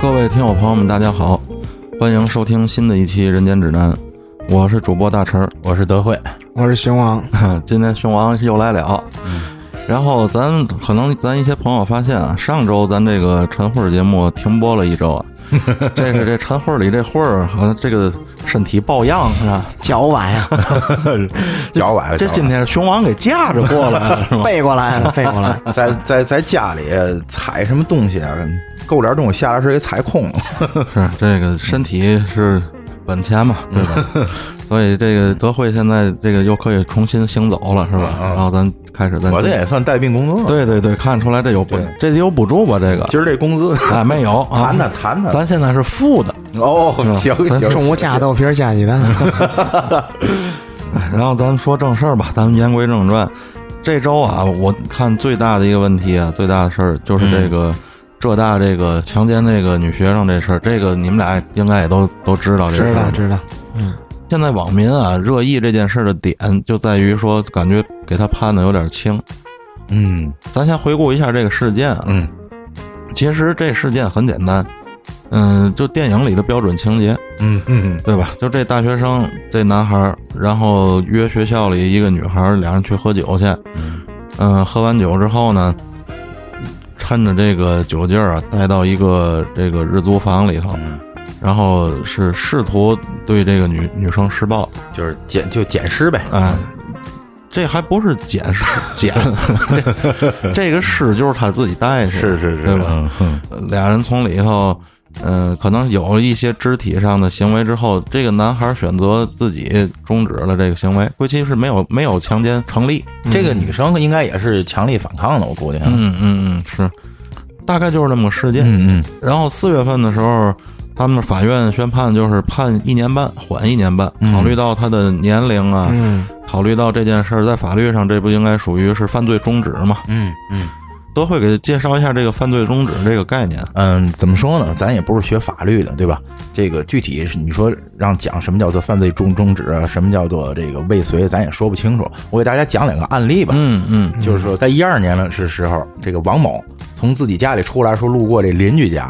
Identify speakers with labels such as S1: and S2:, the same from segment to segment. S1: 各位听友朋友们，大家好，欢迎收听新的一期《人间指南》，我是主播大陈儿，啊
S2: 我是德惠，
S3: 我是熊 王，
S1: 今天熊王又来了。然后咱可能咱一些朋友发现啊，上周咱这个晨会儿节目停播了一 周啊，这是这晨会儿里这会儿好像这个身体抱恙是吧？
S3: 脚崴呀，
S2: 脚崴了。
S1: 这今天是熊王给架着过来了是吗？
S3: 背 过来了，背过来了。
S2: 在在在家里踩什么东西啊？够点东西下来时给踩空了。
S1: 是这个身体是本钱嘛，对 吧？所以这个德惠现在这个又可以重新行走了，是吧？然后咱开始咱
S2: 啊我这也算带病工作。，
S1: 对对对，看出来这有补，这得有补助吧？这个
S2: 今儿这工资
S1: 啊没有啊，
S2: 谈谈谈谈。
S1: 咱现在是负的。
S2: 哦，行行，
S3: 中午加豆皮儿 加鸡蛋，
S1: 哎然后咱们说正事儿吧，咱们言归正传。这周啊，我看最大的一个问题啊，最大的事儿就是
S2: 嗯
S1: 这个浙大这个强奸这个女学生这事儿，这个你们俩应该也都都知道这事
S3: 知道
S1: 儿。
S3: 知道。
S1: 现在网民啊热议这件事儿的点就在于说，感觉给他判的有点轻。
S2: 嗯
S1: 咱先回顾一下这个事件啊，
S2: 嗯
S1: 其实这事件很简单，嗯，就电影里的标准情节，
S2: 嗯嗯
S1: 对吧？就这大学生这男孩儿，然后约学校里一个女孩儿，俩人去喝酒去。
S2: 嗯
S1: 嗯、喝完酒之后呢，趁着这个酒劲儿啊，带到一个这个日租房里头，
S2: 嗯
S1: 然后是试图对这个女女生施暴。
S2: 就是捡就捡尸呗。
S1: 哎，这还不是捡是 捡，这这个尸就是他自己带去的，
S2: 是是
S1: 对吧？
S2: 嗯嗯
S1: 俩人从里头，嗯、可能有了一些肢体上的行为之后，这个男孩选择自己终止了这个行为，归期是没有没有强奸成立。
S2: 嗯这个女生应该也是强力反抗的，我估计。啊
S1: 嗯嗯嗯，是，大概就是这么个事件。
S2: 嗯
S1: 然后四月份的时候，他们法院宣判就是判一年半，缓一年半。考虑到他的年龄啊，
S3: 嗯，
S1: 考虑到这件事儿在法律上这不应该属于是犯罪终止嘛？
S2: 嗯嗯
S1: 都会给介绍一下这个犯罪终止这个概念。
S2: 嗯，怎么说呢？咱也不是学法律的，对吧？这个具体是你说让讲什么叫做犯罪中终止，啊什么叫做这个未遂，咱也说不清楚。我给大家讲两个案例吧。
S1: 嗯嗯
S2: 就是说，在一二年的是时候，这个王某从自己家里出来，说路过这邻居家，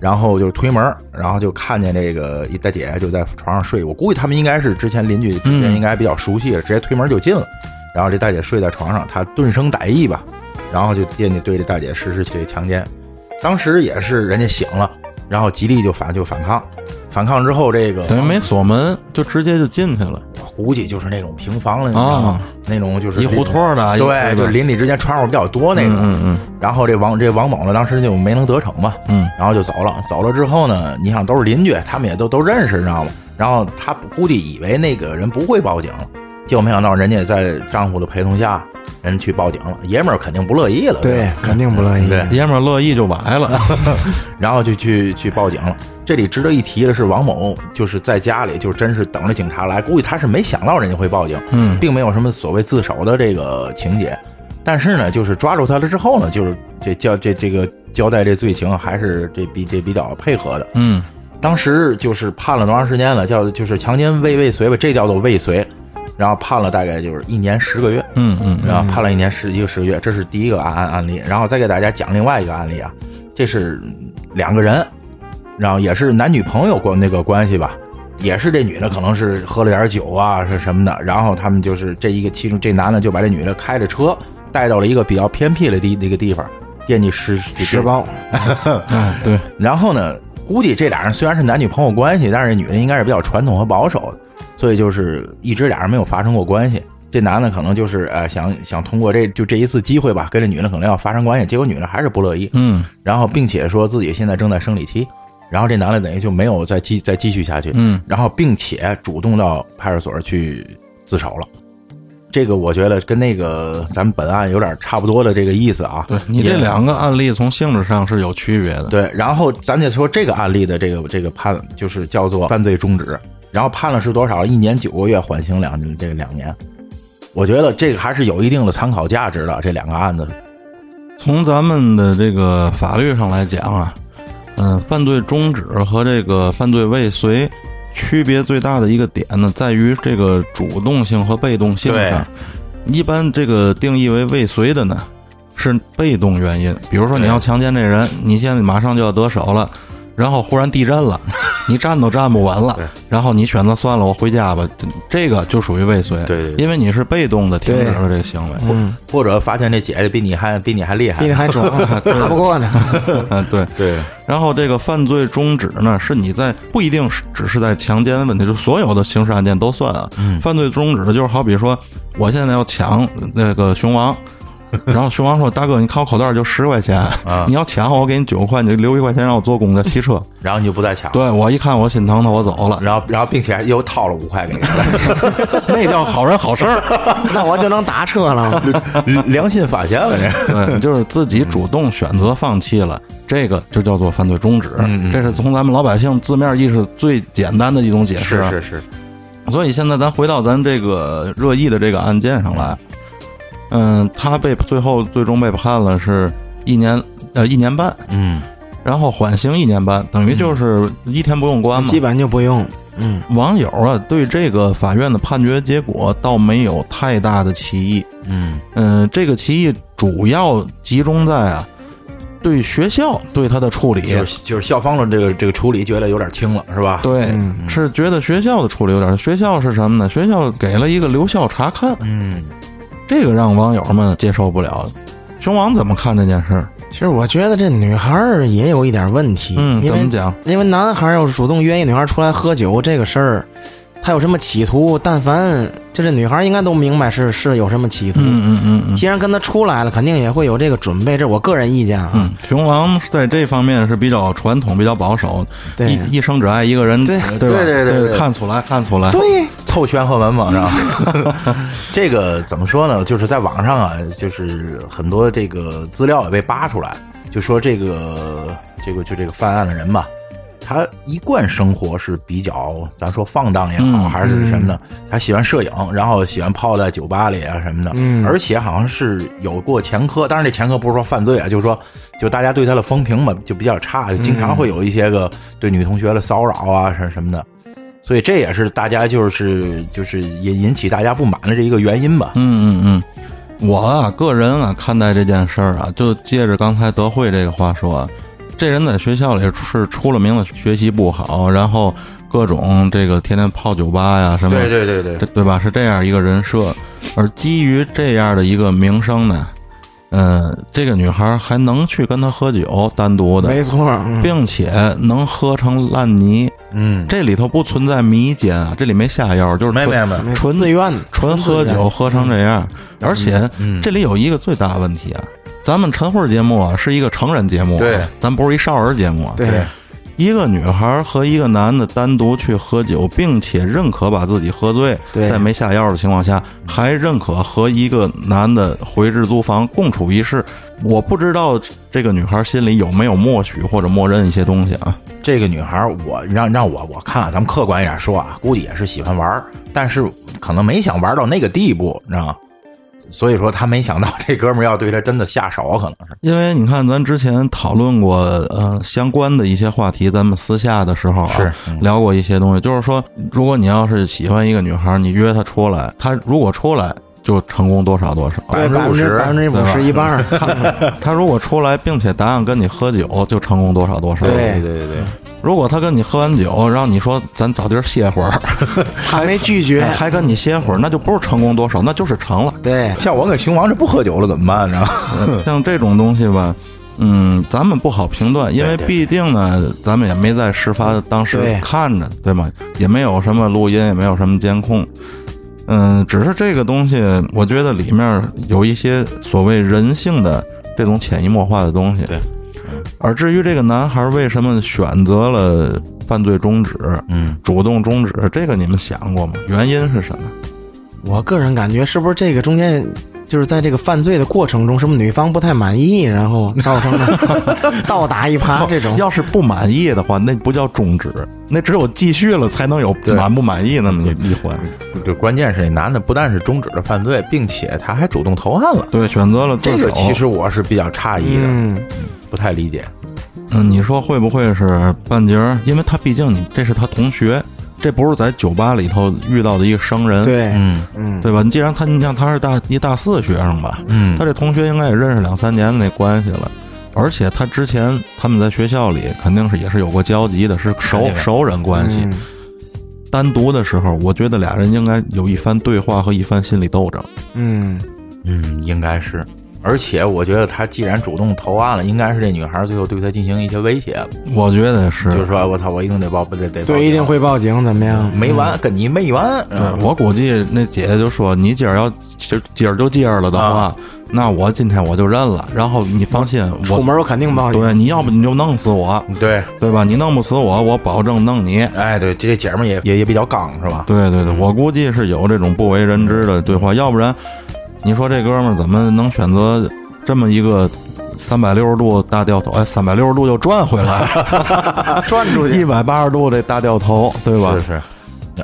S2: 然后就推门，然后就看见这个一大姐就在床上睡。我估计他们应该是之前邻居之
S1: 嗯
S2: 间应该比较熟悉，直接推门就进了。然后这大姐睡在床上，他顿生歹意吧，然后就进去对这大姐实施这个强奸。当时也是人家醒了，然后极力就反就反抗，反抗之后这个
S1: 等于没锁门就直接就进去了，
S2: 我估计就是那种平房了，你知道吗？那种就是
S1: 啊一胡同儿的，
S2: 对，就
S1: 邻
S2: 邻里之间穿手比较多那种。
S1: 嗯嗯
S2: 然后这王这王某呢，当时就没能得逞嘛，
S1: 嗯
S2: 然后就走了。走了之后呢，你想都是邻居，他们也都都认识，你知道吗？然后她估计以为那个人不会报警，结果没想到人家在丈夫的陪同下，人去报警了。爷们儿肯定不乐意了，吧
S3: 对，肯定不乐意。
S2: 对
S1: 嗯，爷们儿乐意就崴了，
S2: 然后就去去报警了。这里值得一提的是，王某就是在家里就真是等着警察来，估计他是没想到人家会报警，
S1: 嗯
S2: 并没有什么所谓自首的这个情节。但是呢，就是抓住他了之后呢，就是这交这这个交代这罪情还是这比这比较配合的。
S1: 嗯
S2: 当时就是判了多长时间了？叫就是强奸未未遂吧，这叫做未遂。然后判了大概就是一年十个月，
S1: 嗯嗯
S2: 然后判了一年十一个十个月，这是第一个案案案例。然后再给大家讲另外一个案例啊，这是两个人，然后也是男女朋友关那个关系吧，也是这女的可能是喝了点酒啊是什么的，然后他们就是这一个其中这男的就把这女的开着车带到了一个比较偏僻的地那个地方，惦记施
S3: 十包，
S1: 哎对，
S2: 然后呢，估计这俩人虽然是男女朋友关系，但是这女的应该是比较传统和保守的，所以就是一直俩人没有发生过关系。这男的可能就是呃想想通过这就这一次机会吧，跟这女的可能要发生关系，结果女的还是不乐意，
S1: 嗯
S2: 然后并且说自己现在正在生理期，然后这男的等于就没有再继再继续下去，
S1: 嗯
S2: 然后并且主动到派出所去自首了。这个我觉得跟那个咱们本案有点差不多的这个意思啊。
S1: 对你
S2: 也
S1: 这两个案例从性质上是有区别的，
S2: 对，然后咱再说这个案例的这个这个判，就是叫做犯罪终止，然后判了是多少？一年九个月，缓刑两这个两年。我觉得这个还是有一定的参考价值的，这两个案子。
S1: 从咱们的这个法律上来讲啊，嗯，犯罪终止和这个犯罪未遂区别最大的一个点呢，在于这个主动性和被动性上。一般这个定义为未遂的呢，是被动原因，比如说你
S2: 对
S1: 要强奸这人，你现在马上就要得手了，然后忽然地震了， 你站都站不稳了
S4: 对，
S1: 然后你选择算了，我回家吧，这这个就属于未遂，
S4: 对对对
S1: 因为你是被动的停止了这个行为，
S3: 嗯，
S2: 或者发现这姐姐比你还比你还厉害
S3: 比你，还壮，打不过呢。
S1: 嗯， 对。
S2: 对，
S1: 然后这个犯罪中止呢，是你在不一定是只是在强奸问题，就所有的刑事案件都算啊。犯罪中止就是好比说，我现在要抢那个熊 王。然后熊王说：“大哥，你看我口袋就十块钱，你要抢我，我给你九块，你留一块钱让我坐公交汽车。
S2: 然后你就不再抢，
S1: 对我一看，我心疼他，我走了。
S2: 然后然后并且又掏了五块给你，
S1: 那叫好人好事儿，
S3: 那我就能打车了吗？
S2: 良心发现了这，
S1: 对，就是自己主动选择放弃了，这个就叫做犯罪中止。这是从咱们老百姓字面意识最简单的一种解释
S4: 是
S1: 啊。
S4: 是是，
S1: 所以现在咱回到咱这个热议的这个案件上来，嗯，他被最后最终被判了是一年呃一年半，
S2: 嗯，
S1: 然后缓刑一年半，等于就是一天不用关嘛。
S3: 基本就不用。嗯，
S1: 网友啊对这个法院的判决结果倒没有太大的歧义，
S2: 嗯
S1: 嗯，这个歧义主要集中在啊对学校对他的处理，
S2: 就是就是校方的这个这个处理觉得有点轻了，是吧？
S1: 对，
S3: 嗯
S1: 哎是觉得学校的处理有点，学校是什么呢？学校给了一个留校查看。
S2: 嗯，
S1: 这个让网友们接受不了。熊王怎么看这件事儿？
S3: 其实我觉得这女孩儿也有一点问题，
S1: 嗯，
S3: 因
S1: 怎
S3: 为
S1: 么讲？
S3: 因为男孩儿要是主动约一女孩儿出来喝酒这个事儿，他有什么企图？但凡就这女孩儿应该都明白是是有什么企图。
S1: 嗯嗯嗯
S3: 既然跟他出来了，肯定也会有这个准备，这是我个人意见啊。
S1: 嗯，熊王在这方面是比较传统、比较保守，
S3: 对
S1: 一一生只爱一个人，对吧？
S2: 对对对对
S1: 看出来，看出来。
S3: 对，
S2: 凑玄和文嘛，是吧？ 这个怎么说呢？就是在网上啊，就是很多这个资料也被扒出来，就说这个这个就这个犯案的人吧，他一贯生活是比较，咱说放荡也好，
S1: 嗯
S2: 还是什么呢？他喜欢摄影，然后喜欢泡在酒吧里啊什么的，
S3: 嗯
S2: 而且好像是有过前科，当然这前科不是说犯罪啊，就是说就大家对他的风评嘛就比较差，就经常会有一些个对女同学的骚扰啊什什么的。所以这也是大家就是就是引引起大家不满的这一个原因吧。
S1: 嗯嗯嗯，我啊，个人啊，看待这件事儿啊，就借着刚才德惠这个话说啊，这人在学校里是出了名的学习不好，然后各种这个天天泡酒吧呀
S2: 嗯
S1: 什么，
S4: 对对对
S1: 这对吧？是这样一个人设，而基于这样的一个名声呢，嗯，这个女孩还能去跟他喝酒，单独的，
S3: 没错儿，嗯
S1: 并且能喝成烂泥，
S2: 嗯，
S1: 这里头不存在迷奸啊，这里没下药，就是
S2: 没
S1: 纯
S2: 没没，
S3: 没
S1: 纯
S3: 自愿的，
S1: 纯喝
S3: 自愿
S1: 酒喝成这样，而且
S2: 嗯
S1: 这里有一个最大问题啊，咱们晨会节目啊是一个成人节目啊，
S2: 对
S1: 咱不是一少儿节目啊，
S3: 对，
S1: 一个女孩和一个男的单独去喝酒，并且认可把自己喝醉，
S3: 对
S1: 在没下药的情况下，还认可和一个男的回日租房共处一室。我不知道这个女孩心里有没有默许或者默认一些东西啊？
S2: 这个女孩儿，我让让我我看啊，咱们客观一点说啊，估计也是喜欢玩儿，但是可能没想玩到那个地步，你知道吗？所以说他没想到这哥们儿要对他真的下手，可能是
S1: 因为你看，咱之前讨论过呃相关的一些话题，咱们私下的时候、啊、
S2: 是嗯
S1: 聊过一些东西，就是说，如果你要是喜欢一个女孩，你约她出来，她如果出来就成功多少多少，
S3: 对百分之百分之五十一半儿，
S1: 他如果出来并且答应跟你喝酒，就成功多少多少。
S3: 对
S2: 对对对，
S1: 如果他跟你喝完酒，让你说咱找地儿歇会儿，
S3: 还没拒绝，
S1: 还跟你歇会儿，那就不是成功多少，那就是成了。
S3: 哎对，
S2: 像我跟熊王这不喝酒了怎么办呢？
S1: 像这种东西吧，嗯，咱们不好评断，因为
S2: 对对
S1: 毕竟呢，咱们也没在事发当时
S3: 对
S1: 看着，对吗？也没有什么录音，也没有什么监控。嗯，只是这个东西，我觉得里面有一些所谓人性的这种潜移默化的东西。
S2: 对
S1: 而至于这个男孩为什么选择了犯罪终止，
S2: 嗯，
S1: 主动终止，这个你们想过吗？原因是什么？
S3: 我个人感觉，是不是这个中间就是在这个犯罪的过程中，是不是女方不太满意，然后造成了 倒打一耙这种？
S1: 要是不满意的话，那不叫终止，那只有继续了才能有满不满意那么一一环。
S2: 这关键是那男的不但是终止了犯罪，并且他还主动投案了，
S1: 对，选择了自
S2: 这
S1: 首。
S2: 个其实我是比较诧异的，
S3: 嗯，
S2: 不太理解。
S1: 嗯，你说会不会是半截儿？因为他毕竟你这是他同学，这不是在酒吧里头遇到的一个生人，对
S3: 对，
S2: 嗯
S3: 嗯，
S1: 吧？你既然他，你像他是大一大四的学生吧，
S2: 嗯
S1: 他这同学应该也认识两三年的那关系了。而且他之前他们在学校里肯定是也是有过交集的，是
S2: 肯
S1: 熟
S2: 定的
S1: 熟人关系。
S3: 嗯
S1: 单独的时候，我觉得俩人应该有一番对话和一番心理斗争。
S3: 嗯，
S2: 嗯，应该是。而且我觉得他既然主动投案了，应该是这女孩最后对他进行一些威胁了，
S1: 我觉得是，
S2: 就是说我操，我一定得报，得得报
S3: 对，
S2: 警
S3: 一定会嗯报警，怎么样？
S2: 没完，跟你没完。
S1: 对我估计那姐姐就说：“你今儿要今儿今儿就今儿了的话，
S2: 啊
S1: 那我今天我就认了。然后你放心，
S3: 出
S1: 我
S3: 门我肯定
S2: 啊
S3: 报警。
S1: 对你要不你就弄死我，
S2: 对，
S1: 对吧？你弄不死我，我保证弄你。
S2: 哎，对，这姐们儿也也也比较刚，是吧？
S1: 对对对，我估计是有这种不为人知的对话，要不然你说这哥们儿怎么能选择这么一个三百六十度大掉头？哎，三百六十度又转回来了， 转出去一百八十度这大掉头，对吧？
S2: 是是。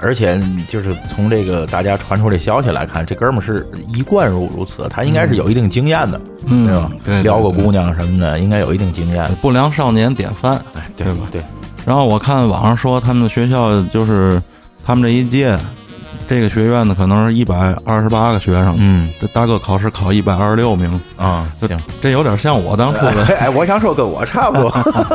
S2: 而且就是从这个大家传出这消息来看，这哥们儿是一贯如如此，他应该是有一定经验的，
S1: 嗯
S2: 对吧？
S1: 对对
S2: 撩过姑娘什么的，应该有一定经验。
S1: 不良少年典范。
S2: 哎，
S1: 对吧
S2: 对，
S1: 然后我看网上说他们学校就是他们这一届这个学院的可能是一百二十八个学生，
S2: 嗯
S1: 这大哥考试考一百二十六名，
S2: 啊，行。
S1: 这有点像我当初的
S2: 哎，我想说跟我差不多，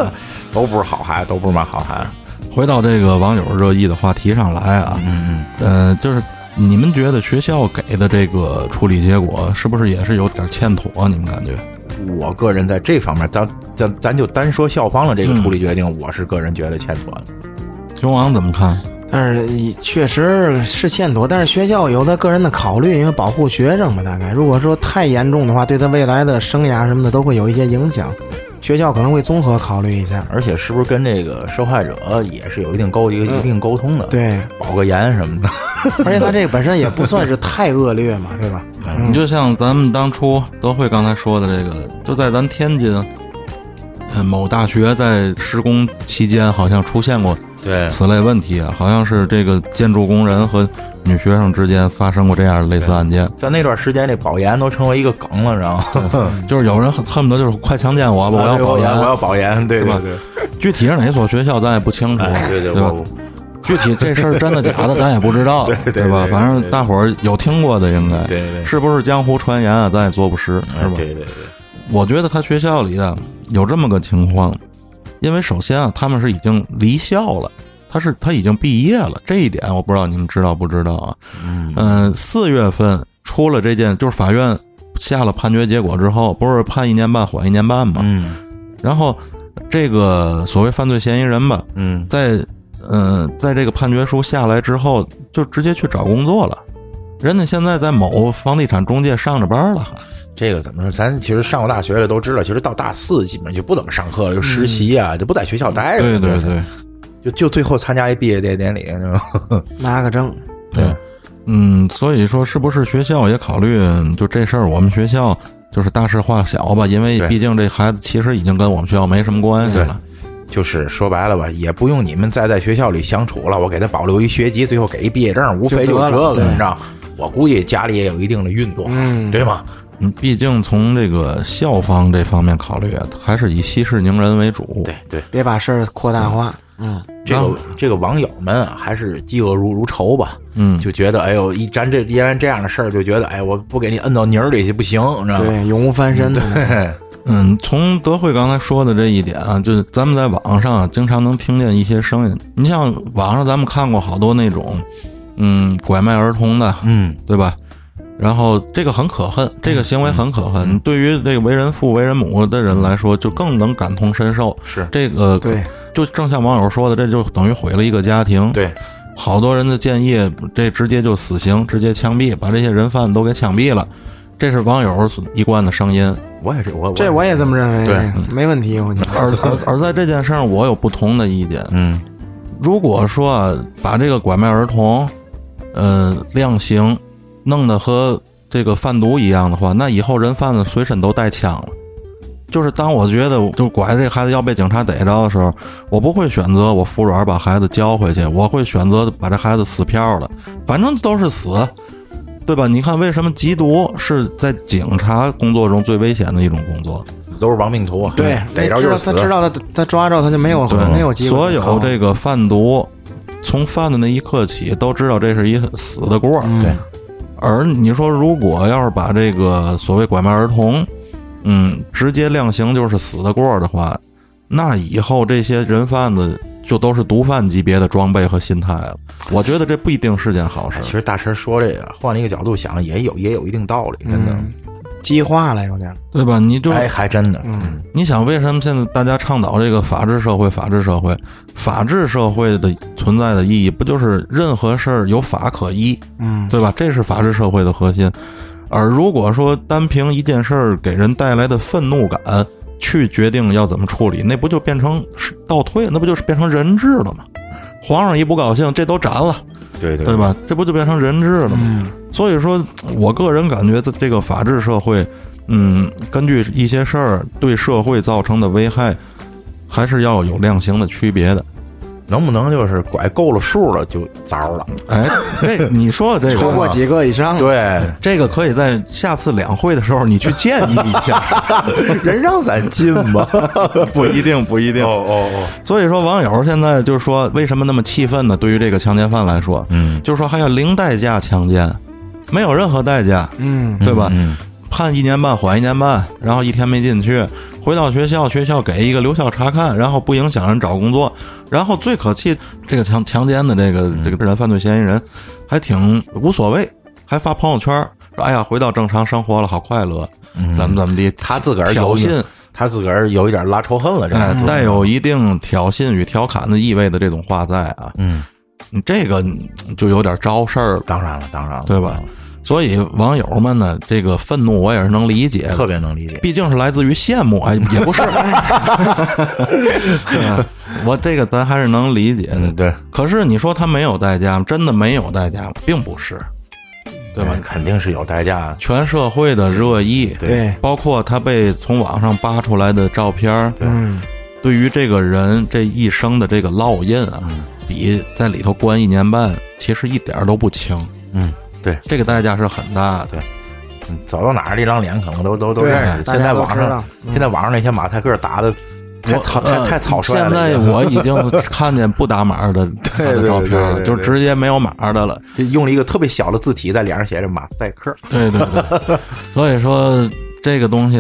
S2: 都不是好孩子，都不是嘛好孩子。
S1: 回到这个网友热议的话题上来啊，
S2: 嗯
S1: 呃，就是你们觉得学校给的这个处理结果是不是也是有点欠妥？你们感觉？
S2: 嗯，我个人在这方面，咱咱咱就单说校方的这个处理决定，我是个人觉得欠妥的。
S1: 熊王怎么看？
S3: 但是也确实是欠妥，但是学校有他个人的考虑，因为保护学生嘛，大概如果说太严重的话，对他未来的生涯什么的都会有一些影响，学校可能会综合考虑一下。
S2: 而且是不是跟这个受害者也是有一定沟一个一定沟通的？，
S3: 对，
S2: 保个研什么的。
S3: 而且他这个本身也不算是太恶劣嘛，对吧？嗯
S1: 你就像咱们当初德惠刚才说的这个，就在咱天津，呃，某大学在施工期间好像出现过
S2: 对
S1: 此类问题啊，好像是这个建筑工人和女学生之间发生过这样的类似案件，
S2: 在那段时间，这保研都成为一个梗了，然后
S1: 就是有人恨恨不得就是快强奸我吧，我要 保
S2: 啊哎我
S1: 研。
S2: 要保研，对
S1: 是吧
S2: 对对，
S1: 具体是哪所学校咱也不清楚，
S2: 哎对对，
S1: 对吧？
S2: 我
S1: 具体这事儿真的假的，咱也不知道，对
S2: 对
S1: 吧？
S2: 对
S1: 反正
S2: 对
S1: 大伙儿有听过的，应该
S2: 对对
S1: 是不是江湖传言啊？咱也坐不实，是
S2: 哎
S1: 吧？
S2: 对对对，
S1: 我觉得他学校里啊有这么个情况，因为首先啊，他们是已经离校了，他是他已经毕业了，这一点我不知道你们知道不知道啊？
S2: 嗯
S1: 嗯、四月份出了这件，就是法院下了判决结果之后，不是判一年半缓一年半嘛？
S2: 嗯
S1: 然后这个所谓犯罪嫌疑人吧，
S2: 嗯，
S1: 在嗯、呃在这个判决书下来之后，就直接去找工作了。人家现在在某房地产中介上着班了，
S2: 这个怎么说？咱其实上过大学的都知道，其实到大四基本上就不怎么上课了，就实习啊，就不在学校待
S1: 还
S2: 着。
S1: 对
S2: 就
S1: 对
S2: 是，
S1: 对，
S2: 就就最后参加一毕业典典礼，是吧
S3: 拿个证，
S1: 对，嗯，所以说是不是学校也考虑就这事儿？我们学校就是大事化小吧，因为
S2: 对
S1: 毕竟这孩子其实已经跟我们学校没什么关系了。
S2: 就是说白了吧，也不用你们再在学校里相处了，我给他保留一学籍，最后给一毕业证，无非
S3: 就
S2: 就
S3: 得了
S2: 这
S3: 对
S2: 个，你知道？我估计家里也有一定的运作，
S3: 嗯
S2: 对吗？
S1: 嗯，毕竟从这个校方这方面考虑，还是以息事宁人为主。
S2: 对对，
S3: 别把事儿扩大化。嗯，
S2: 这
S1: 啊
S2: 个这个网友们啊，还是嫉恶如如仇吧，
S1: 嗯，
S2: 就觉得哎呦，一沾这一沾这样的事儿，就觉得哎，我不给你摁到泥儿里去不行，你知道吗？
S3: 嗯对，永无翻身的。
S2: 对，
S1: 嗯，从德惠刚才说的这一点啊，就是咱们在网上啊经常能听见一些声音。你像网上咱们看过好多那种，嗯，拐卖儿童的，
S2: 嗯，
S1: 对吧？然后这个很可恨，这个行为很可恨。对于这个为人父、为人母的人来说，就更能感同身受。
S2: 是
S1: 这个，
S3: 对，
S1: 就正像网友说的，这就等于毁了一个家庭。，
S2: 对，
S1: 好多人的建议，这直接就死刑，直接枪毙，把这些人贩子都给枪毙了。这是网友一贯的声音。
S2: 我也是，我
S3: 这我也这么认为，
S2: 对
S3: 没问题，我觉得。
S1: 而而而在这件事上，我有不同的意见。
S2: 嗯
S1: 如果说啊，把这个拐卖儿童，呃，量刑弄得和这个贩毒一样的话，那以后人贩子随身都带枪了。就是当我觉得就拐这孩子要被警察逮着的时候，我不会选择我服软把孩子交回去，我会选择把这孩子死票了，反正都是死，对吧？你看为什么缉毒是在警察工作中最危险的一种工作？
S2: 都是亡命徒，啊嗯
S3: 对，
S2: 逮着
S3: 知
S2: 就
S3: 道
S2: 是死
S3: 他。知道他他抓着他就没有
S1: 对，
S3: 没有机
S1: 哦
S3: 会
S1: 所
S3: 可
S1: 有
S3: 靠。
S1: 这个贩毒，从贩的那一刻起，都知道这是一死的锅儿。
S3: 嗯
S2: 对
S1: 而你说，如果要是把这个所谓拐卖儿童，嗯，直接量刑就是死的过的话，那以后这些人贩子就都是毒贩级别的装备和心态了。我觉得这不一定是件好事
S2: 哎
S3: 哎
S2: 其。实大神说这个，换了一个角度想，也有也有一定道
S3: 嗯
S2: 理，真的。
S3: 激化了有点儿。
S1: 对吧？你就
S2: 哎，还真的，嗯，
S1: 你想，为什么现在大家倡导这个法治社会？法治社会，法治社会的存在的意义，不就是任何事儿有法可依，
S3: 嗯，
S1: 对吧？这是法治社会的核心。而如果说单凭一件事儿给人带来的愤怒感去决定要怎么处理，那不就变成是倒退？那不就是变成人治了吗？皇上一不高兴，这都斩了，
S2: 对对
S1: 对吧？这不就变成人治了吗？
S3: 嗯
S1: 所以说，我个人感觉这个法治社会，嗯，根据一些事儿对社会造成的危害，还是要有量刑的区别的。
S2: 能不能就是拐够了数了就凿了？
S1: 哎，这你说 的这
S3: 超过
S1: 个，啊
S3: 几个以上，
S2: 对，
S1: 这个可以在下次两会的时候你去建议一 下，
S2: 人让咱进吧。
S1: 不一定，不一定。
S2: 哦哦，
S1: 所以说，网友现在就说，为什么那么气愤呢？对于这个强奸犯来说，
S2: 嗯，
S1: 就是说还要零代价强奸，没有任何代价，
S3: 嗯，
S1: 对吧？
S2: 嗯，
S1: 判一年半缓一年半，然后一天没进去，回到学校，学校给一个留校察看，然后不影响人找工作，然后最可气，这个强强奸的这个这个人犯罪嫌疑人还挺无所谓，还发朋友圈说：“哎呀，回到正常生活了，好快乐，怎么怎么地。”
S2: 他自个儿
S1: 挑
S2: 有一
S1: 衅，
S2: 他自个儿有一点拉仇恨了，这
S1: 哎
S2: 样，做
S1: 带有一定挑衅与调侃的意味的这种话在啊，
S2: 嗯，
S1: 你这个你就有点招事儿了，
S2: 当然了，当然了，
S1: 对吧？所以网友们呢，这个愤怒我也是能理解的，
S2: 特别能理解。
S1: 毕竟是来自于羡慕， 哎，也不是，对啊我这个咱还是能理解的。
S2: 嗯，对，
S1: 可是你说他没有代价吗？真的没有代价吗？并不是，对吧
S2: 嗯？肯定是有代价。
S1: 全社会的热议，
S3: 对，
S1: 包括他被从网上扒出来的照片儿，
S3: 嗯，
S1: 对于这个人这一生的这个烙印啊，比在里头关一年半其实一点儿都不轻，
S2: 嗯，对，
S1: 这个代价是很大的。
S2: 嗯走到哪儿这张脸可能都都都
S3: 对
S2: 认识。
S3: 大
S2: 现
S3: 家
S2: 在
S3: 都
S2: 网
S3: 知
S2: 上
S3: 道，嗯
S2: 现在网上那些马赛克打呃的太草太太草率了。
S1: 呃现在我已经看见不打码 的他的照片了，
S2: 对对对对
S1: 就直接没有码的了。
S2: 就用了一个特别小的字体在脸上写着马赛克。
S1: 对对对， 所以说这个东西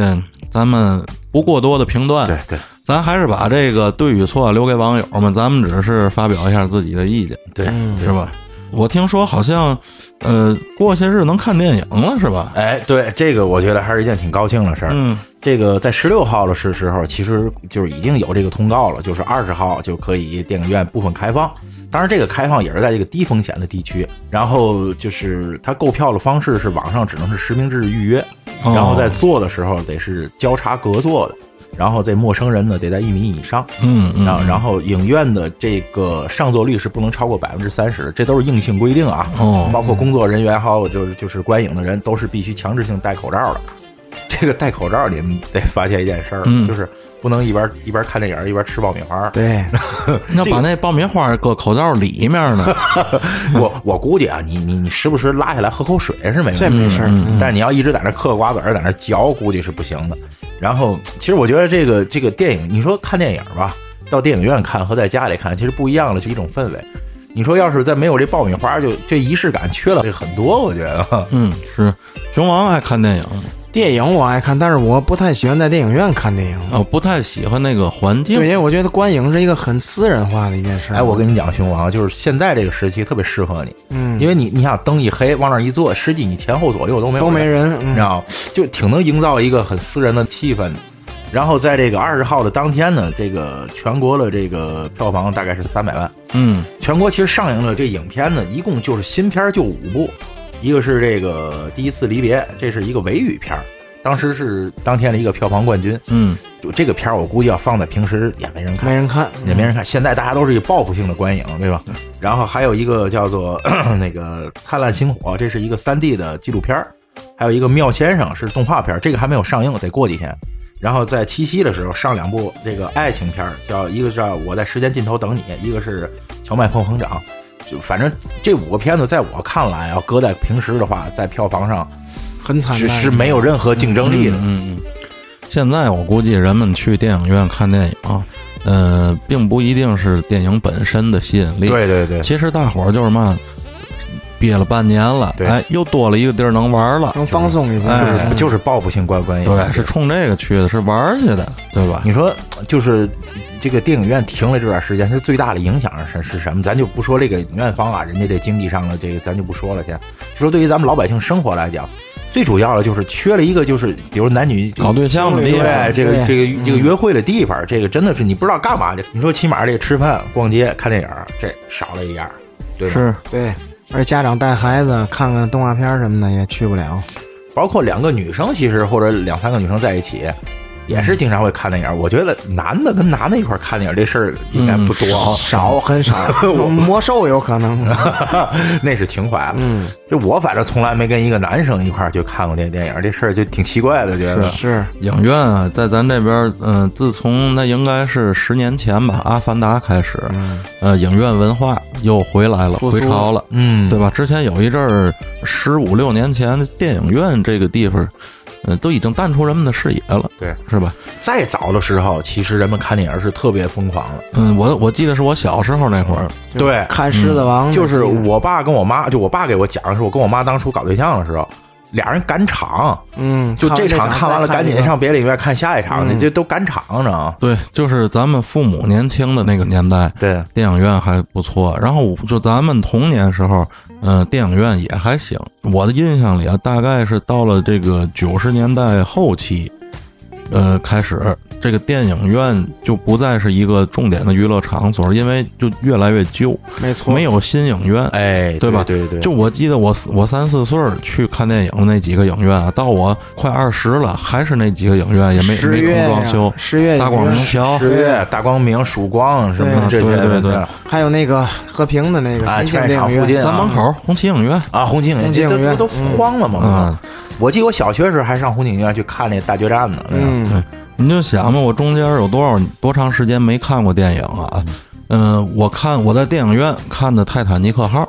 S1: 咱们不过多的评断，
S2: 对
S1: 咱还是把这个对与错留给网友们，咱们只是发表一下自己的意见，
S2: 对，
S1: 是吧？我听说好像，呃，过些日能看电影了，是吧？
S2: 哎，对，这个我觉得还是一件挺高兴的事儿。
S1: 嗯，
S2: 这个在十六号的时时候，其实就是已经有这个通告了，就是二十号就可以电影院部分开放。当然，这个开放也是在这个低风险的地区。然后就是它购票的方式是网上只能是实名制预约，
S1: 哦
S2: 然后在坐的时候得是交叉隔坐的，然后这陌生人呢得在一米以上。
S1: 嗯嗯，
S2: 然后，然后影院的这个上座率是不能超过百分之三十，这都是硬性规定啊。
S1: 哦
S2: 包括工作人员还有就是就是观影的人都是必须强制性戴口罩的。这个戴口罩，你们得发现一件事儿，
S1: 嗯
S2: 就是不能一边一边看电影一边吃爆米花。
S3: 对，
S1: 要把那爆米花搁口罩里面呢，
S2: 我我估计啊，你你你时不时拉下来喝口水是没问题，
S3: 这没事儿嗯
S2: 但是你要一直在那嗑瓜子儿，在那嚼，估计是不行的。然后，其实我觉得这个这个电影，你说看电影吧，到电影院看和在家里看其实不一样的，是一种氛围。你说要是再没有这爆米花，就这仪式感缺了很多，我觉得。
S1: 嗯，是。熊王爱看电影，
S3: 电影我爱看，但是我不太喜欢在电影院看电影。
S1: 哦，不太喜欢那个环境
S3: 对，因。为我觉得观影是一个很私人化的一件事。
S2: 哎，我跟你讲，熊王，就是现在这个时期特别适合你，
S3: 嗯，
S2: 因为你你想灯一黑往那儿一坐，实际你前后左右都没有
S3: 都没
S2: 人
S3: 人，
S2: 你
S3: 嗯
S2: 知道吗，就挺能营造一个很私人的气氛的。然后在这个二十号的当天呢，这个全国的这个票房大概是三百万。
S1: 嗯
S2: 全国其实上映了这影片呢，一共就是新片儿就五部，一个是这个《第一次离别》，这是一个维语片儿，当时是当天的一个票房冠军。
S1: 嗯，
S2: 就这个片儿，我估计要放在平时也没人看
S3: 没，人看，
S2: 也没人看。现在大家都是以报复性的观影，对吧？然后还有一个叫做 那个《灿烂星火》，这是一个三 D 的纪录片儿还有一个《妙先生》是动画片儿这个还没有上映，得过几天。然后在七夕的时候上两部这个爱情片儿叫一个叫《我在时间尽头等你》，一个是《荞麦碰碰长》。就反正这五个片子，在我看来啊，搁在平时的话，在票房上
S3: 很惨
S2: 是
S3: 淡
S2: 是没有任何竞争力的。
S1: 嗯，嗯，现在我估计人们去电影院看电影啊，呃，并不一定是电影本身的吸引力。，
S2: 对对，
S1: 其实大伙儿就是嘛，憋了半年了，
S2: 对
S1: 哎，又多了一个地儿能玩了。
S3: 能放松一下。
S1: 哎
S2: 就是就是报复性观观影。
S1: 对，嗯是冲这个去的，是玩儿去的，对吧？
S2: 你说就是这个电影院停了这段时间，它最大的影响是是什么？咱就不说这个院方啊，人家这经济上的这个咱就不说了，先就说对于咱们老百姓生活来讲，最主要的就是缺了一个就是比如男女
S1: 搞对象的地
S2: 对
S1: 方，
S2: 这个
S3: 对
S2: 这个这个约会的地方，这个真的是你不知道干嘛去。你说起码这个吃饭、逛街、看电影，这少了一样，对吧？
S1: 是
S3: 对，而家长带孩子看看动画片什么的也去不了。
S2: 包括两个女生，其实或者两三个女生在一起，也是经常会看电影。我觉得男的跟男的一块儿看电影这事儿应该不多啊，
S3: 少很少， 魔兽有可能。
S2: 那是情怀了。
S3: 嗯，
S2: 就我反正从来没跟一个男生一块儿去看过电电影，这事儿就挺奇怪的，觉得
S3: 是
S1: 影院啊，在咱这边，嗯、自从那应该是十年前吧，《阿凡达》开始，
S3: 嗯
S1: 呃，影院文化又回来了，
S3: 复苏
S1: 回潮了，
S2: 嗯，
S1: 对吧？之前有一阵儿，十五六年前，电影院这个地方，嗯、都已经淡出人们的视野了，
S2: 对。
S1: 是吧？
S2: 再早的时候，其实人们看电影是特别疯狂的，
S1: 嗯，我我记得是我小时候那会儿，
S2: 对，嗯
S3: 看《狮子王》
S2: 就是我爸跟我妈，就我爸给我讲的是我跟我妈当初搞对象的时候，俩人赶场，
S3: 嗯，
S2: 就这场看
S3: 看
S2: 完了，赶紧
S3: 上。
S2: 上别的影院看下一场去，这都赶场呢。
S1: 对，就是咱们父母年轻的那个年代，
S2: 对，
S1: 电影院还不错。然后我就咱们童年时候，嗯、电影院也还行。我的印象里啊，大概是到了这个九十年代后期，呃，开始这个电影院就不再是一个重点的娱乐场所，因为就越来越旧，
S3: 没错，
S1: 没有新影院。
S2: 哎，
S1: 对吧
S2: 对对对，
S1: 就我记得我四我三四岁儿去看电影的那几个影院啊，到我快二十了，还是那几个影院，也没
S3: 十
S1: 没
S3: 月
S1: 空
S3: 呀
S1: 装修。
S3: 十月
S1: 大广
S3: 明
S1: 明桥，
S2: 十月大光明、曙光什么
S1: 对
S2: 这些
S1: 对对对
S2: 的
S3: 还有那个和平的那个
S2: 啊，
S3: 新
S2: 劝
S3: 建
S2: 业
S3: 电
S2: 场
S3: 影
S2: 附
S3: 院
S2: 近啊
S1: 咱门口儿红旗影院，
S2: 啊，红警
S3: 红
S2: 这
S3: 警
S2: 这这
S3: 院
S2: 都慌了嘛
S1: 嗯！
S2: 我记得我小学时候还上红警院去看那大决战呢。
S3: 嗯，
S2: 哎
S1: 你就想吧，我中间有多少多长时间没看过电影啊？嗯、我看我在电影院看的《泰坦尼克号》，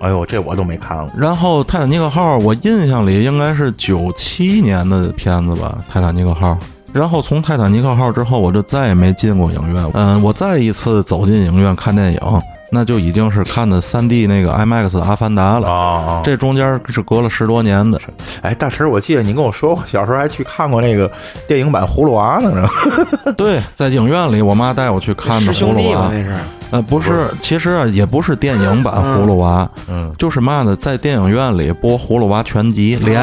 S2: 哎呦，这我都没看过。
S1: 然后《泰坦尼克号》我印象里应该是九七年的片子吧，《泰坦尼克号》。然后从《泰坦尼克号》之后，我就再也没进过影院。嗯、我再一次走进影院看电影，那就已经是看的3 D 那个 IMAX 的《阿凡达》
S2: 啊
S1: 了。
S2: 啊！
S1: 这中间是隔了十多年的，
S2: 哎，大池，我记得你跟我说过， 小时候还去看过那个电影版《葫芦娃》呢呢。
S1: 对，在影院里，我妈带我去看的
S3: 师
S1: 《葫
S3: 兄
S1: 芦
S3: 弟
S1: 娃
S2: 啊
S3: 嘛，》。那是
S1: 呃，不是，其实啊，也不是电影版《葫芦娃》，
S2: 嗯，
S1: 就是嘛呢，在电影院里播《葫芦娃》全集，连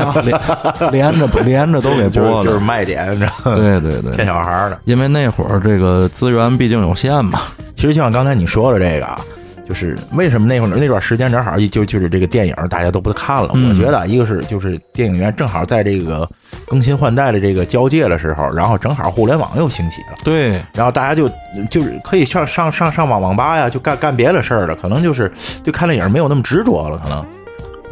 S1: 连连着连着都给
S2: 就
S1: 播
S2: 是就是
S1: 了。
S2: 卖点，你知道 吗，
S1: 对对
S2: 骗
S1: 对，
S2: 小孩儿的。
S1: 因为那会儿这个资源毕竟有限嘛，
S2: 其实就像刚才你说的这个啊，就是为什么那会儿那段时间正好就就是这个电影大家都不看了。
S1: 嗯
S2: 我觉得啊一个是就是电影院正好在这个更新换代的这个交界的时候，然后正好互联网又兴起了。
S1: 对，
S2: 然后大家就就是可以上上上上网网吧呀，就干干别的事儿了，可能就是对看电影没有那么执着了，可能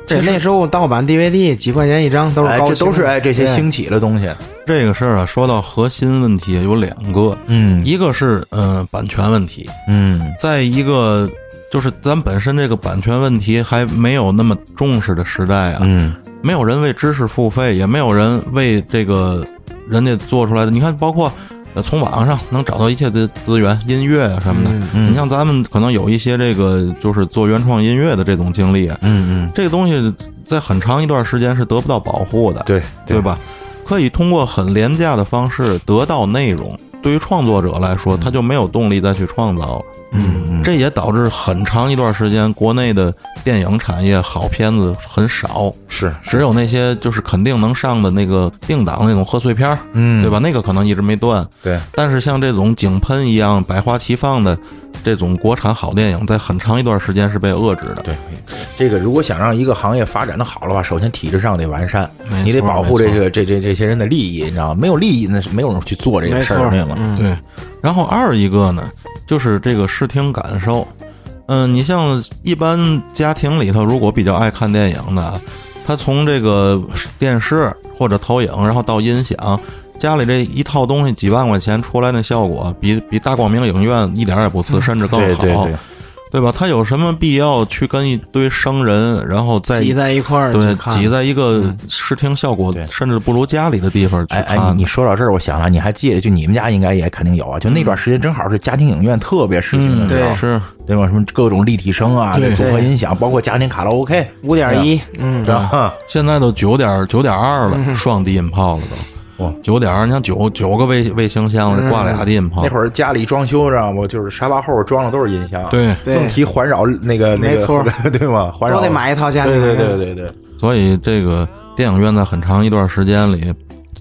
S3: 对，那时候盗版 DVD 几块钱一张，都是
S2: 哎，
S3: 高
S2: 这
S3: 清
S2: 都是哎这些
S3: 对
S2: 兴起的东西，
S1: 这个事儿啊，说到核心问题有两个，
S2: 嗯
S1: 一个是嗯、呃版权问题，
S2: 嗯
S1: 再一个就是咱本身这个版权问题还没有那么重视的时代啊，
S2: 嗯，
S1: 没有人为知识付费，也没有人为这个人家做出来的。你看，包括呃，从网上能找到一切的资源，音乐啊什么的。
S3: 嗯
S2: 嗯
S1: 你像咱们可能有一些这个就是做原创音乐的这种经历啊，
S2: 嗯嗯，
S1: 这个东西在很长一段时间是得不到保护的，
S2: 对
S1: 对？吧？可以通过很廉价的方式得到内容。对于创作者来说，他就没有动力再去创造，
S2: 嗯嗯，
S1: 这也导致很长一段时间国内的电影产业好片子很少。
S2: 是
S1: 只有那些就是肯定能上的那个定档那种贺岁片儿，
S2: 嗯
S1: 对吧？？那个可能一直没断。
S2: 对，
S1: 但是像这种井喷一样百花齐放的这种国产好电影，在很长一段时间是被遏制的。
S2: 对，这个如果想让一个行业发展的好的话，首先体制上得完善
S1: 没，错
S2: 你得保护这个这这这些人的利益，你知道吗？没有利益，那是没有人去做这个
S3: 没
S2: 事
S3: 错
S2: 儿，，对吗？
S3: 嗯，
S1: 对，然后二一个呢，就是这个视听感受。嗯，你像一般家庭里头，如果比较爱看电影的，他从这个电视或者投影，然后到音响，家里这一套东西几万块钱出来那效果，比比大光明影院一点儿也不次，甚至更
S2: 对
S1: 好。
S2: 对对，
S1: 对吧？他有什么必要去跟一堆商人，然后在
S3: 挤在一块儿
S1: 对
S3: 去看，
S1: 挤在一个视听效果
S2: 对
S1: 甚至不如家里的地方去
S2: 哎
S1: 看？
S2: 哎，你你说到这儿，我想了，你还记得？就你们家应该也肯定有啊。就那段时间正好是家庭影院特别时兴的
S1: 嗯，
S2: 时候，
S1: 是
S2: 对吧？什么各种立体声啊，
S1: 对
S2: 这组合音响，包括家庭卡拉 OK，
S3: 五点一，嗯
S2: 知，道吗？
S1: 现在都九点九点二了，双低音炮了都。
S2: 嗯哇，嗯
S1: 九点二，你像九九个卫卫星箱了，挂俩低音炮
S2: 那。会儿家里装修着，我就是沙发后装的都是音箱，
S1: 对
S3: 对
S2: 更提环绕那个那个，
S3: 没错
S2: 对吗？环绕
S3: 都得，买一套家庭
S2: 对
S3: 影
S2: 对
S3: 院。
S2: 对对对
S1: 所以这个电影院在很长一段时间里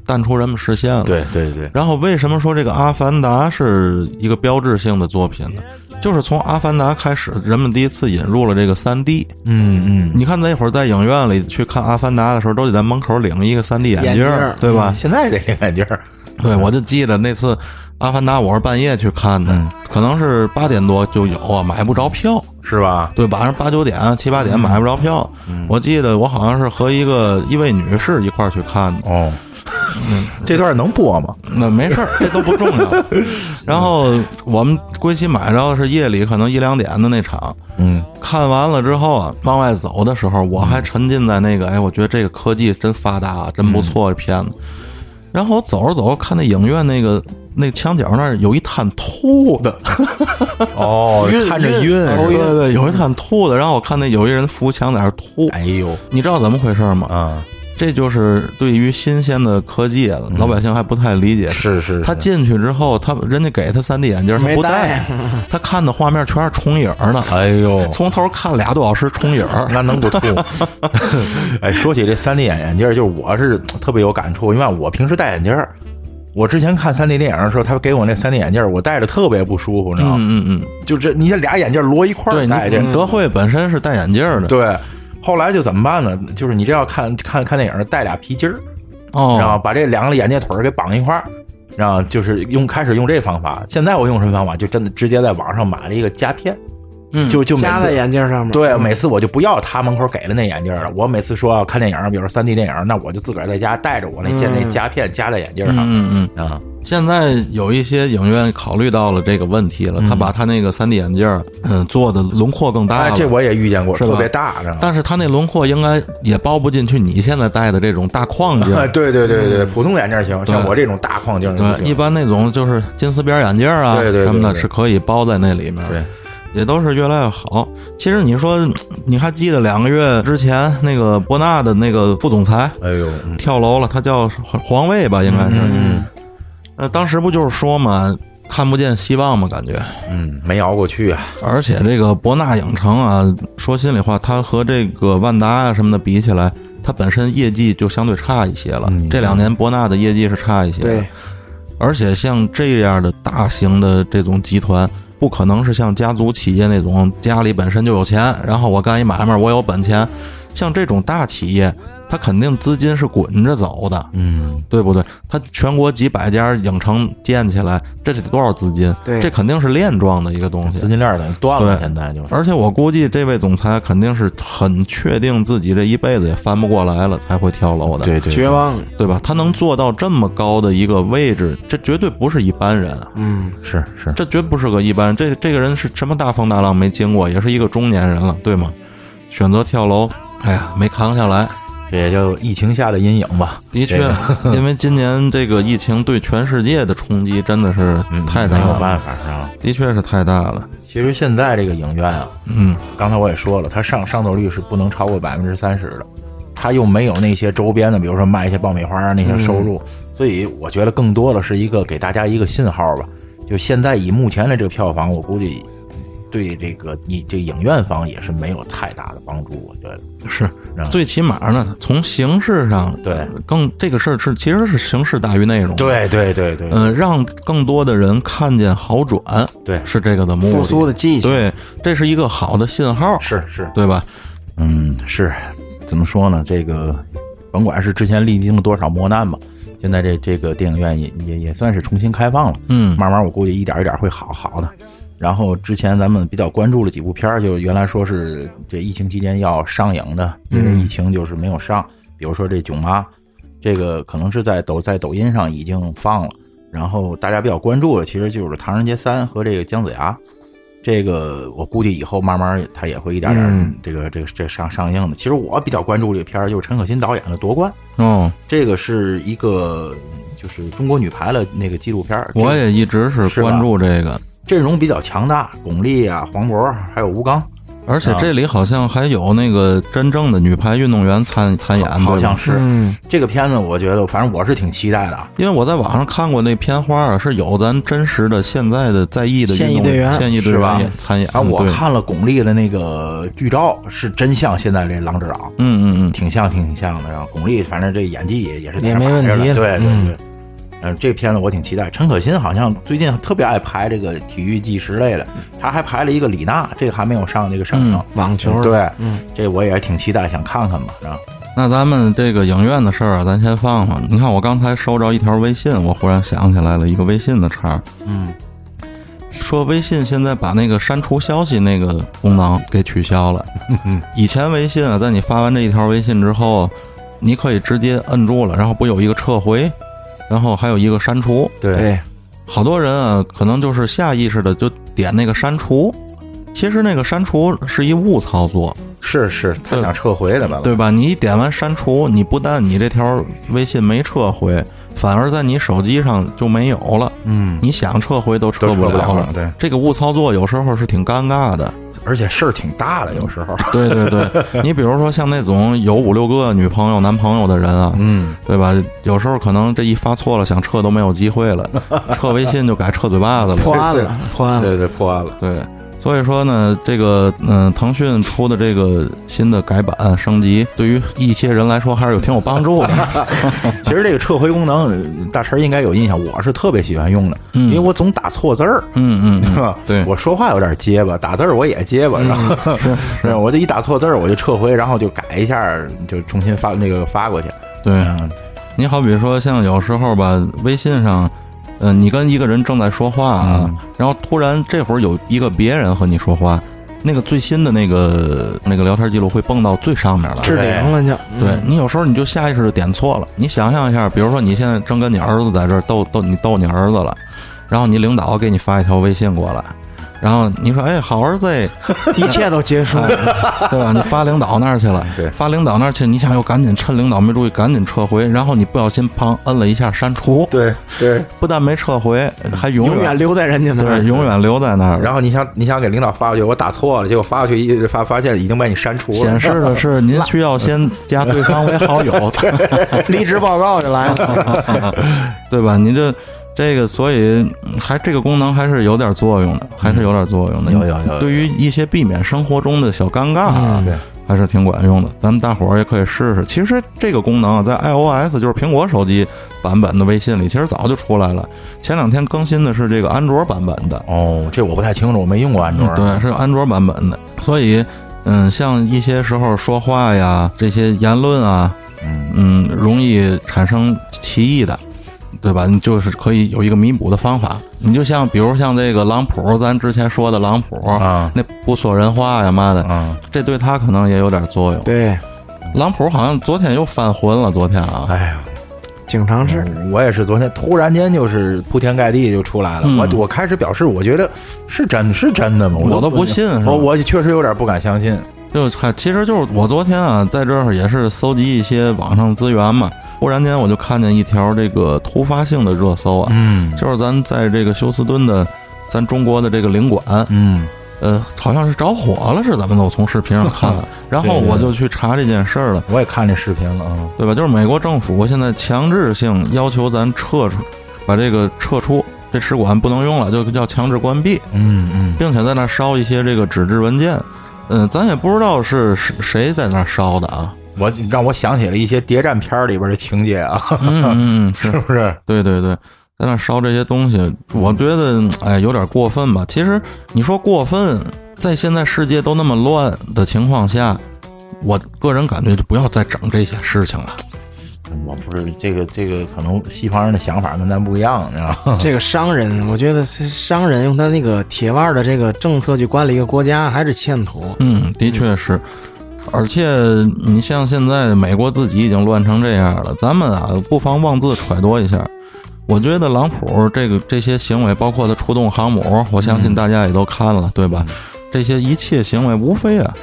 S1: 淡出人们视线了。
S2: 对对对，
S1: 然后为什么说这个《阿凡达》是一个标志性的作品呢？就是从《阿凡达》开始，人们第一次引入了这个三 D。
S2: 嗯嗯。
S1: 你看那会儿在影院里去看《阿凡达》的时候，都得在门口领一个三 D 眼
S3: 眼
S1: 镜
S3: 镜
S1: 儿
S3: 儿，
S1: 对吧？
S2: 现 在这个眼镜儿，
S1: 对，我就记得那次《阿凡达》，我是半夜去看的，
S2: 嗯
S1: 可能是八点多就有啊，买不着票。
S2: 是吧？
S1: 对，晚上八九点、七八点买不着票。我记得我好像是和一个一位女士一块儿去看的，
S2: 哦，这段能播吗？
S1: 那没事儿，这都不重要。然后我们归期买着的是夜里可能一两点的那场，
S2: 嗯，
S1: 看完了之后啊，往外走的时候，我还沉浸在那个，
S2: 嗯
S1: 哎，我觉得这个科技真发达啊，真不错，这片子。然后我走着走着，看那影院那个那墙角那儿有一摊吐的，
S2: 哦，看着晕，
S1: 对对，有一摊吐的。然后我看那有一人扶墙在那儿吐，
S2: 哎呦，
S1: 你知道怎么回事吗？
S2: 啊，
S1: 这就是对于新鲜的科技，老百姓还不太理解。
S2: 嗯是是，
S1: 他进去之后，他人家给他三 D 眼镜，他
S3: 没
S1: 不
S3: 戴
S1: 戴，他看的画面全是重影儿呢，
S2: 哎呦，
S1: 从头看俩多小时重影儿。
S2: 那能不吐？ 哎，说起这三 D 眼眼镜儿，就是我是特别有感触，因为我平时戴眼镜儿，我之前看三 D 电影的时候，他给我那三 D 眼镜儿，我戴着特别不舒服，你知道吗？
S1: 嗯嗯嗯，
S2: 就这，你这俩眼镜儿摞一块
S1: 对
S2: 儿戴着，
S1: 你嗯德惠本身是戴眼镜儿的，
S2: 嗯对。后来就怎么办呢？就是你这要看看看电影，戴俩皮筋儿，然后
S1: 哦，
S2: 把这两个眼镜腿儿给绑一块儿，然后就是用开始用这方法。现在我用什么方法？就真的直接在网上买了一个夹片，
S1: 嗯
S2: 就就每
S3: 夹
S2: 次
S3: 在眼镜上面。嗯
S2: 对，每次我就不要他门口给的那眼镜了。我每次说要看电影，比如说三 D 电影，那我就自个儿在家带着我那见那
S3: 嗯
S2: 夹片夹在眼镜上
S1: 嗯嗯嗯，
S2: 啊。
S1: 现在有一些影院考虑到了这个问题
S2: 嗯
S1: 了，他把他那个三 D 眼镜儿，嗯，做的轮廓更大
S2: 哎
S1: 了，。
S2: 这我也遇见过，
S1: 是吧
S2: 特别大的。啊
S1: 但是他那轮廓应该也包不进去你现在戴的这种大框镜，
S2: 对对对嗯对，普通眼镜行，像我这种大框镜就不
S1: 对，一
S2: 行。
S1: 般那种就是金丝边眼镜啊
S2: 对对对
S1: 什么的，
S2: 对
S1: 是可以包在那里面。
S2: 对，
S1: 也都是越来越好。其实你说，嗯你还记得两个月之前那个博纳的那个副总裁
S2: 哎呦，嗯
S1: 跳楼了，他叫黄卫吧，应该是。
S2: 嗯
S1: 呃，当时不就是说嘛，看不见希望嘛，感觉。
S2: 嗯，没熬过去啊。
S1: 而且这个博纳影城啊，说心里话，它和这个万达啊什么的比起来，它本身业绩就相对差一些了。
S2: 嗯
S1: 这两年博纳的业绩是差一些的。
S3: 对，
S1: 而且像这样的大型的这种集团，不可能是像家族企业那种家里本身就有钱，然后我干一买卖我有本钱，像这种大企业，它肯定资金是滚着走的，
S2: 嗯，
S1: 对不对？它全国几百家影城建起来，这得多少资金？
S3: 对
S1: 这肯定是链状的一个东
S2: 资
S1: 西。
S2: 金链儿等于断了，
S1: 对
S2: 现在就是。
S1: 而且我估计这位总裁肯定是很确定自己这一辈子也翻不过来了，才会跳楼的，
S2: 对对，
S3: 绝望。
S1: 对吧？他能做到这么高的一个位置，这绝对不是一般人啊。
S3: 嗯，
S2: 是是，
S1: 这绝不是个一般人。这这个人是什么大风大浪没经过，也是一个中年人了，对吗？选择跳楼，哎呀，没扛下来。
S2: 这也就疫情下的阴影吧。
S1: 的确
S2: 这，
S1: 因为今年这个疫情对全世界的冲击真的是
S2: 嗯，
S1: 太大
S2: 没有
S1: 了，
S2: 办法啊。
S1: 的确是太大了。
S2: 其实现在这个影院啊，
S1: 嗯，
S2: 刚才我也说了，它上上座率是不能超过百分之三十的，它又没有那些周边的，比如说卖一些爆米花啊那些收入，所以我觉得更多的是一个给大家一个信号吧。就现在以目前的这个票房，我估计对这个你这影院方也是没有太大的帮助，我觉得。
S1: 是
S2: 然后
S1: 最起码呢，从形式上，
S2: 啊对，
S1: 更这个事儿是其实是形式大于内容。，
S2: 对对对对
S1: 嗯、让更多的人看见好转，
S2: 对，
S1: 是这个的目的。
S3: 复苏的迹象。
S1: 对，这是一个好的信号，
S2: 是是，
S1: 对吧？
S2: 嗯，是，怎么说呢？这个甭管是之前历经了多少磨难吧，现在这这个电影院也也也算是重新开放了。
S1: 嗯，
S2: 慢慢我估计一点一点会好好的。然后之前咱们比较关注了几部片儿，就原来说是这疫情期间要上映的，因为疫情就是没有上。比如说这《囧妈》，这个可能是在抖在抖音上已经放了。然后大家比较关注的，其实就是《唐人街三》和这个《姜子牙》。这个我估计以后慢慢它也会一点点儿
S1: 嗯
S2: 这个、这个这个上上映的。其实我比较关注这个片儿，就是陈可辛导演的《夺冠》，
S1: 哦，
S2: 这个是一个就是中国女排的那个纪录片儿。这个
S1: 我也一直是
S2: 是吧
S1: 关注这个，
S2: 阵容比较强大，巩俐啊、黄渤还有吴刚，
S1: 而
S2: 啊
S1: 且这里好像还有那个真正的女排运动员参参演，
S2: 好
S1: 对吧
S2: 像是、
S3: 嗯，
S2: 这个片子，我觉得反正我是挺期待的啊。
S1: 因为我在网上看过那片花啊，是有咱真实的现在的在役的
S3: 现役
S1: 运动
S3: 队员
S1: 现役队
S2: 是吧
S1: 员也参演。
S2: 啊，我
S1: 对，
S2: 看了巩俐的那个剧照，是真像现在这郎指导，
S1: 嗯嗯
S2: 挺像，挺像的。然后巩俐，反正这演技也也是
S3: 也没问题
S2: 在那摆着的对对
S3: 嗯
S2: 对。嗯，这片子我挺期待。陈可辛好像最近特别爱拍这个体育纪实类的，他还拍了一个李娜，这个还没有上这个上映。
S3: 网球儿
S2: 对，
S3: 嗯，
S2: 这我也挺期待，想看看吧。然后
S1: 嗯。那咱们这个影院的事儿啊，咱先放放。你看，我刚才收着一条微信，我忽然想起来了一个微信的茬儿，
S2: 嗯，
S1: 说微信现在把那个删除消息那个功能给取消 了。以前微信啊，在你发完这一条微信之后，你可以直接摁住了，然后不有一个撤回，然后还有一个删除。
S2: 对，
S3: 对，
S1: 好多人啊，可能就是下意识的就点那个删除，其实那个删除是一误操作，
S2: 是是，他想撤回的嘛。
S1: 对吧？你一点完删除，你不但你这条微信没撤回，反而在你手机上就没有了，
S2: 嗯，
S1: 你想撤回都撤
S2: 都撤
S1: 不
S2: 不了
S1: 了
S2: 了
S1: 了。
S2: 对
S1: 这个误操作有时候是挺尴尬的，
S2: 而且事儿挺大的，有时 候。
S1: 对对 对，你比如说像那种有五六个女朋友、男朋友的人啊，
S2: 嗯，
S1: 对吧？有时候可能这一发错了，想撤都没有机会 了，撤微信就改撤嘴巴子了
S3: 破。案了，破案了，
S2: 对对，破案了。
S1: 对，所以说呢，这个嗯、腾讯出的这个新的改版升级，对于一些人来说还是有挺有帮助的。
S2: 其实这个撤回功能，大陈应该有印象，我是特别喜欢用的，
S1: 嗯
S2: 因为我总打错字儿。
S1: 嗯嗯
S2: 是
S1: 嗯，
S2: 吧？
S1: 对嗯
S2: 我说话有点结巴，打字儿我也结巴，然后 是，我就一打错字儿我就撤回，然后就改一下，就重新发那个发过去。
S1: 对
S2: 嗯
S1: 你好比说像有时候吧，微信上。嗯，你跟一个人正在说话啊，
S2: 嗯
S1: 然后突然这会儿有一个别人和你说话，那个最新的那个那个聊天记录会蹦到最上面来。
S3: 置顶了就，
S1: 对
S3: 嗯，
S1: 你有时候你就下意识就点错了。你想象一下，比如说你现在正跟你儿子在这儿逗逗你逗你儿子了，然后你领导给你发一条微信过来，然后你说哎好儿子哎，
S3: 一切都结束了，
S1: 对吧？你发领导那儿去了，
S2: 对
S1: 发领导那儿去，你想又赶紧趁领导没注意赶紧撤回，然后你不小心砰摁了一下删除，
S2: 对对，
S1: 不但没撤回，还永
S3: 永远留在人家那
S1: 对
S3: 儿。
S1: 永远留在那儿。
S2: 然后你想你想给领导发过去，我打错了，结果发过去一发发现已经被你删除了，
S1: 显示的是您需要先加对方为好 友，
S3: 离职报告就来了，
S1: 对吧？你这这个，所以嗯还这个功能还是有点作用的，还是有点作用的。
S2: 有有有有嗯
S1: 对于一些避免生活中的小尴尬啊，
S2: 对
S1: 还是挺管用的。咱们大伙儿也可以试试。其实这个功能啊，在 iOS 就是苹果手机版本的微信里，其实早就出来了。前两天更新的是这个安卓版本的，
S2: 哦，这我不太清楚，我没用过安卓。啊
S1: 嗯对，是安卓版本的。所以，嗯，像一些时候说话呀，这些言论啊，
S2: 嗯，
S1: 嗯，容易产生歧义的，对吧？你就是可以有一个弥补的方法。你就像比如像这个朗普，咱之前说的朗普，
S2: 啊
S1: 那不说人话呀妈的，
S2: 嗯，
S1: 这对他可能也有点作用。
S3: 对，
S1: 朗普好像昨天又犯浑了，昨天啊，
S2: 哎呀，
S3: 经常是
S2: 嗯我也是昨天突然间就是铺天盖地就出来了，
S1: 嗯
S2: 我我开始表示，我觉得是真是真的吗？
S1: 我都
S2: 都
S1: 不信是吧
S2: 我我确实有点不敢相信。
S1: 就看，其实就是我昨天啊，在这儿也是搜集一些网上资源嘛，忽然间我就看见一条这个突发性的热搜啊，
S2: 嗯
S1: 就是咱在这个休斯敦的咱中国的这个领馆，
S2: 嗯，
S1: 呃，好像是着火了，是怎么的？我从视频上看 的，然后我就去查这件事儿了，
S2: 我也看这视频了啊。
S1: 对吧？就是美国政府现在强制性要求咱撤出，把这个撤出，这使馆不能用了，就要强制关闭，
S2: 嗯嗯，
S1: 并且在那烧一些这个纸质文件。嗯，咱也不知道是是谁在那烧的啊。
S2: 我让我想起了一些谍战片里边的情节啊，
S1: 嗯 嗯，嗯是
S2: 是不是？
S1: 对对对，在那烧这些东西，我觉得哎有点过分吧。其实你说过分，在现在世界都那么乱的情况下，我个人感觉就不要再整这些事情了。
S2: 我不是这个这个，可能西方人的想法跟咱不一样，你知道吗？
S3: 这个商人，我觉得商人用他那个铁腕儿的这个政策去管理一个国家，还是欠妥。
S1: 嗯，的确是。而且你像现在美国自己已经乱成这样了，咱们啊不妨妄自揣度一下，我觉得朗普这个这些行为，包括他出动航母，我相信大家也都看
S3: 嗯
S1: 了，对吧？这些一切行为，无非啊，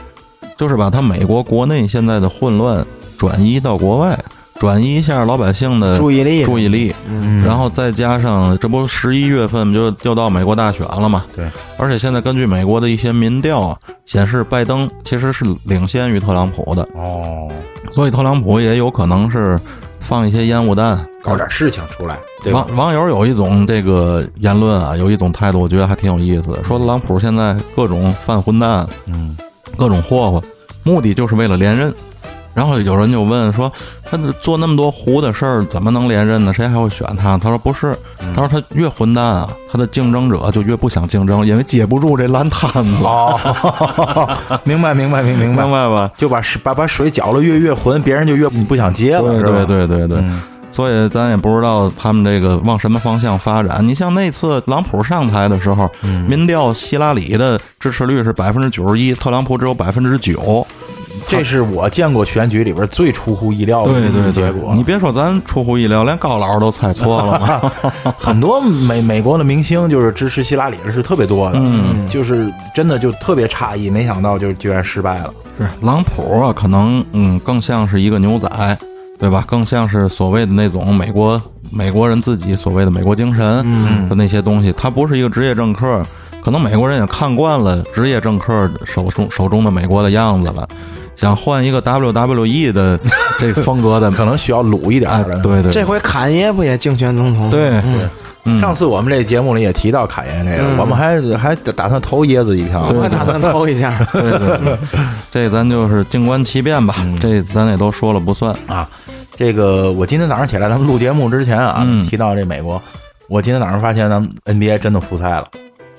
S1: 就是把他美国国内现在的混乱转移到国外，转移一下老百姓的
S3: 注意力，
S1: 嗯注意力，
S3: 嗯，
S1: 然后再加上这不十一月份就又到美国大选了嘛？
S2: 对。
S1: 而且现在根据美国的一些民调啊，显示拜登其实是领先于特朗普的，
S2: 哦，
S1: 所以特朗普也有可能是放一些烟雾弹，
S2: 搞点事情出来，对吧
S1: 网？网友有一种这个言论啊，有一种态度，我觉得还挺有意思的，说特朗普现在各种犯混蛋，
S2: 嗯，
S1: 各种霍霍，目的就是为了连任。然后有人就问说，他做那么多胡的事儿，怎么能连任呢？谁还会选他？他说不是，
S2: 嗯
S1: 他说他越混蛋啊，他的竞争者就越不想竞争，因为接不住这烂摊子，
S2: 哦， 明白明白明 明
S1: 明白
S2: 白，
S1: 吧？
S2: 就把水把把水搅了越越浑，别人就越不想接了，
S1: 对
S2: 是吧
S1: 对对对对，
S2: 嗯
S1: 所以咱也不知道他们这个往什么方向发展。你像那次朗普上台的时候，
S2: 嗯
S1: 民调希拉里的支持率是百分之九十一，特朗普只有百分之九。
S2: 这是我见过选举里边最出乎意料的
S1: 对
S2: 一次
S1: 对
S2: 结
S1: 嗯对
S2: 果，，
S1: 你别说咱出乎意料，连高老师都猜错了嘛。
S2: 很多美美国的明星就是支持希拉里的是特别多的，嗯，就是真的就特别诧异，没想到就居然失败了。
S1: 是朗普啊，可能嗯更像是一个牛仔，对吧？更像是所谓的那种美国美国人自己所谓的美国精神的那些东西，他不是一个职业政客。可能美国人也看惯了职业政客手中手中的美国的样子了，想换一个 WWE 的这个风 格的，
S2: 可能需要鲁一点
S1: 嗯哎
S2: 儿的。，
S1: 对对，
S3: 这回侃爷不也竞选总统？，
S1: 对嗯
S2: 上次我们这节目里也提到侃爷这个，
S3: 嗯
S2: 我们还还打算投椰子一票。
S3: 我也打算偷一下。
S1: 对对对，这咱就是静观其变吧，这咱也都说了不算。
S2: 啊，这个我今天早上起来，咱们录节目之前啊，
S1: 嗯
S2: 提到这美国，我今天早上发现咱们 NBA 真的复赛了，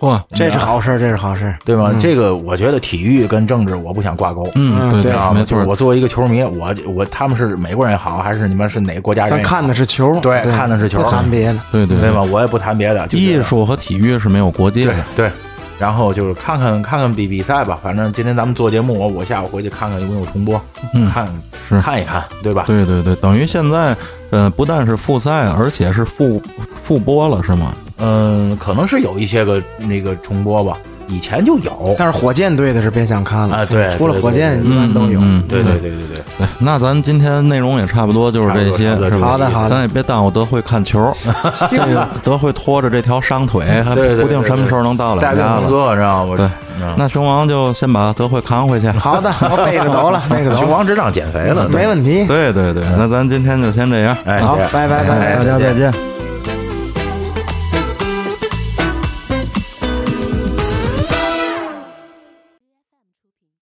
S1: 嚯，
S3: 这是好事儿，这是好事儿。
S2: 对吗？这个我觉得体育跟政治我不想挂钩。
S1: 嗯，
S3: 嗯
S1: 对
S3: 对
S2: 啊，
S1: 没
S2: 就是
S1: 错，
S2: 我作为一个球迷，我我他们是美国人也好，还是你们是哪个国家人
S3: 咱
S2: 也好，
S3: 看的是球，
S2: 对看的是球
S3: 不谈别的。
S1: 对对
S2: 对吗？我也不谈别的，就觉得
S1: 艺术和体育是没有国界
S2: 对
S1: 的。
S2: 对。然后就是看看看看比比赛吧，反正今天咱们做节目，我我下午回去看看有没有重播，
S1: 嗯
S2: 看
S1: 是
S2: 看一看，对吧？
S1: 对对对，等于现在，呃，不但是复赛，而且是复复播了，是吗？
S2: 嗯，可能是有一些个那个重播吧，以前就有。
S3: 但是火箭队的是别想看了
S2: 啊对
S3: 除了火
S2: 对
S3: 箭
S2: 对
S3: 一般都有。
S1: 嗯
S2: 对对对对对，
S1: 对，那咱今天内容也差不多就是这些，
S2: 差不多
S1: 是吧？
S3: 好的好的
S1: 咱也别耽误德惠看球，
S3: 行吧，
S1: 德惠拖着这条伤腿，还
S2: 对对对
S1: 不定什么时候能到咱
S2: 带病
S1: 家
S2: 工
S1: 了。
S2: 作，知道吗？嗯
S1: 对，那熊王就先把德惠扛回去。
S3: 好的，我背着走了，背着
S2: 熊
S3: 走 了，
S2: 王只长减肥了，
S3: 没问题。
S1: 对对对，那咱今天就先这样，
S2: 哎，
S3: 好
S2: 这样
S3: 拜拜拜
S1: 大家再见。